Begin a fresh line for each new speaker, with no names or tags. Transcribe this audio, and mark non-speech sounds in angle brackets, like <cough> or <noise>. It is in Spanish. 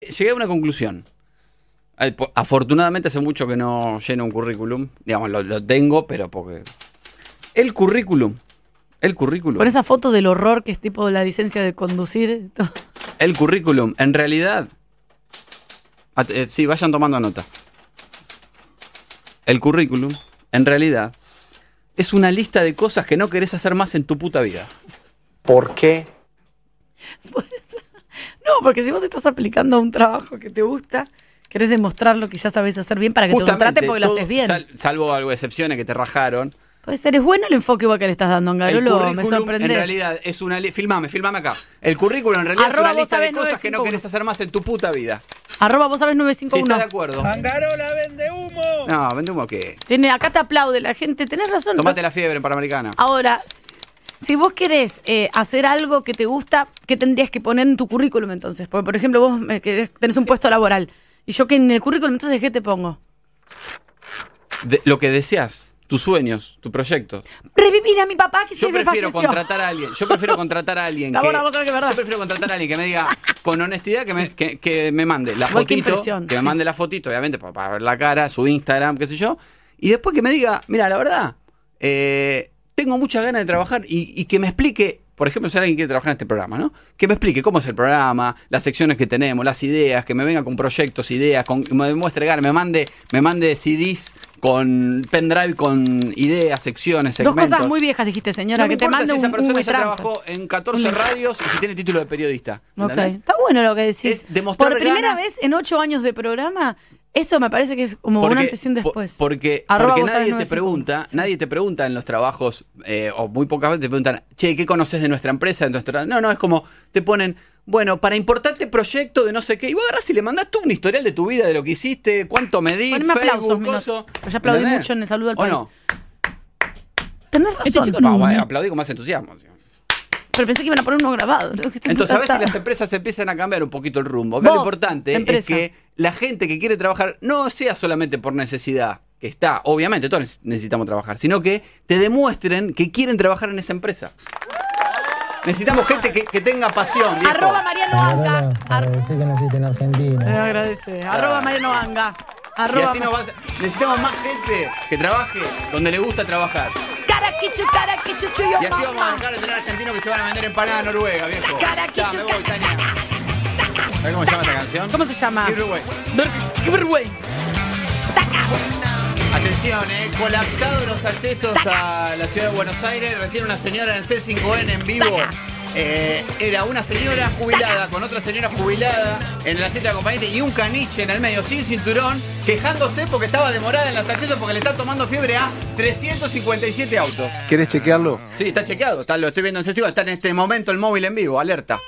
llegué a una conclusión. Ay, po- Afortunadamente hace mucho que no lleno un currículum. Digamos, lo, lo tengo, pero porque... El currículum. El currículum.
Con esa foto del horror que es tipo la licencia de conducir. <laughs> todo.
El currículum, en realidad. At- eh, sí, vayan tomando nota. El currículum, en realidad, es una lista de cosas que no querés hacer más en tu puta vida.
¿Por qué?
No, porque si vos estás aplicando a un trabajo que te gusta, querés demostrar lo que ya sabés hacer bien para que te contraten porque lo
todo-
haces bien.
sal- salvo algo, excepciones que te rajaron.
Puede ser, es bueno el enfoque igual que le estás dando,
el
Angarolo,
currículum,
me sorprende.
en realidad, es una lista. Filmame, filmame acá. El currículum, en realidad,
Arroba
es
vos
una lista de
sabés
cosas que no
951.
querés hacer más en tu puta vida.
Arroba, vos sabés
Si estás de acuerdo.
951.
¡Angarola vende humo!
No, vendemos qué.
Tiene, acá te aplaude la gente, tenés razón.
Tomate la fiebre panamericana.
Ahora, si vos querés eh, hacer algo que te gusta, ¿qué tendrías que poner en tu currículum entonces? Porque, por ejemplo, vos me querés- tenés
Eh,
un puesto laboral. Y yo que en el currículum, entonces, ¿qué te pongo?
De- lo que deseas, tus sueños, tu proyecto.
Revivir a mi papá que
Yo
se me
prefiero
falleció.
contratar a alguien. Yo prefiero contratar a
<laughs>
alguien
La
que.
bola, vos sabés que es verdad.
Yo prefiero contratar a alguien que me diga con honestidad que me, que, que me mande la
Igual, qué
fotito. Que
impresión,
me
sí.
mande la fotito, obviamente, pa- para, ver la cara, su Instagram, qué sé yo. Y después que me diga, mira, la verdad, eh, tengo muchas ganas de trabajar y, y que me explique. Por ejemplo, si alguien quiere trabajar en este programa, ¿no? Que me explique cómo es el programa, las secciones que tenemos, las ideas, que me venga con proyectos, ideas, con, que me demuestre, ganas, me mande, me mande CDs con pendrive, con ideas, secciones,
Dos
segmentos.
cosas muy viejas dijiste, señora,
No me
que te
importa si
mande un,
esa persona
un
ya
tranca.
trabajó en 14
Un-
radios y si tiene título de periodista.
Ok,
¿entendés?
Está bueno lo que decís.
Es demostrar
Por primera
ganas.
vez en ocho años de programa, eso me parece que es como un antes y un
po-
después.
Porque,
Arroba
porque
vos sabés
nadie te
951.
pregunta, nadie te pregunta en los trabajos, eh, o muy pocas veces te preguntan, che, ¿qué conoces de nuestra empresa? De nuestra... No, no, es como, te ponen, bueno, para importante proyecto de no sé qué, y vos agarrás y le mandás tú un historial de tu vida, de lo que hiciste, cuánto medí,
Poneme aplausos,
Facebook,
menos.
coso.
Pero ya aplaudí
¿Entendés?
mucho en el saludo al
¿O
país.
no?
Tenés razón.
Este chico no, bueno, aplaudí con más entusiasmo.
Pero pensé que iban a poner uno grabado.
Entonces, a veces las
Está-
empresas empiezan a cambiar un poquito el rumbo. Acá lo
Vos,
importante es
empresa.
que la gente que quiere trabajar no sea solamente por necesidad, que está, obviamente, todos neces- necesitamos trabajar, sino que te demuestren que quieren trabajar en esa empresa. Necesitamos gente que, que tenga pasión. viejo.
Arroba Mariano Anga. Ar-
Agradecer que naciste en
Me
Argentina.
agradece. Arroba Mariano Anga.
Y
Arroba
así nos vas- necesitamos más gente que trabaje donde le gusta trabajar.
Caraquichu, caraquichu, chuyo,
Y así vamos a
mamá.
dejar de tener argentinos que se van a vender empanadas a Noruega, viejo.
Caraquichu,
Ya, me voy, Tania. ¿Sabés cómo se llama esta canción?
¿Cómo se llama?
Give it away.
Ver- qué vergüenza.
Atención, eh, colapsado los accesos a la ciudad de Buenos Aires. Recién una señora en C5N en vivo. eh, era una señora jubilada con otra señora jubilada en el asiento de acompañante y un caniche en el medio sin cinturón quejándose porque estaba demorada en los accesos porque le está tomando fiebre a 357 autos.
¿Querés chequearlo?
Sí, está chequeado, está, lo estoy viendo en C5N, está en este momento el móvil en vivo, alerta.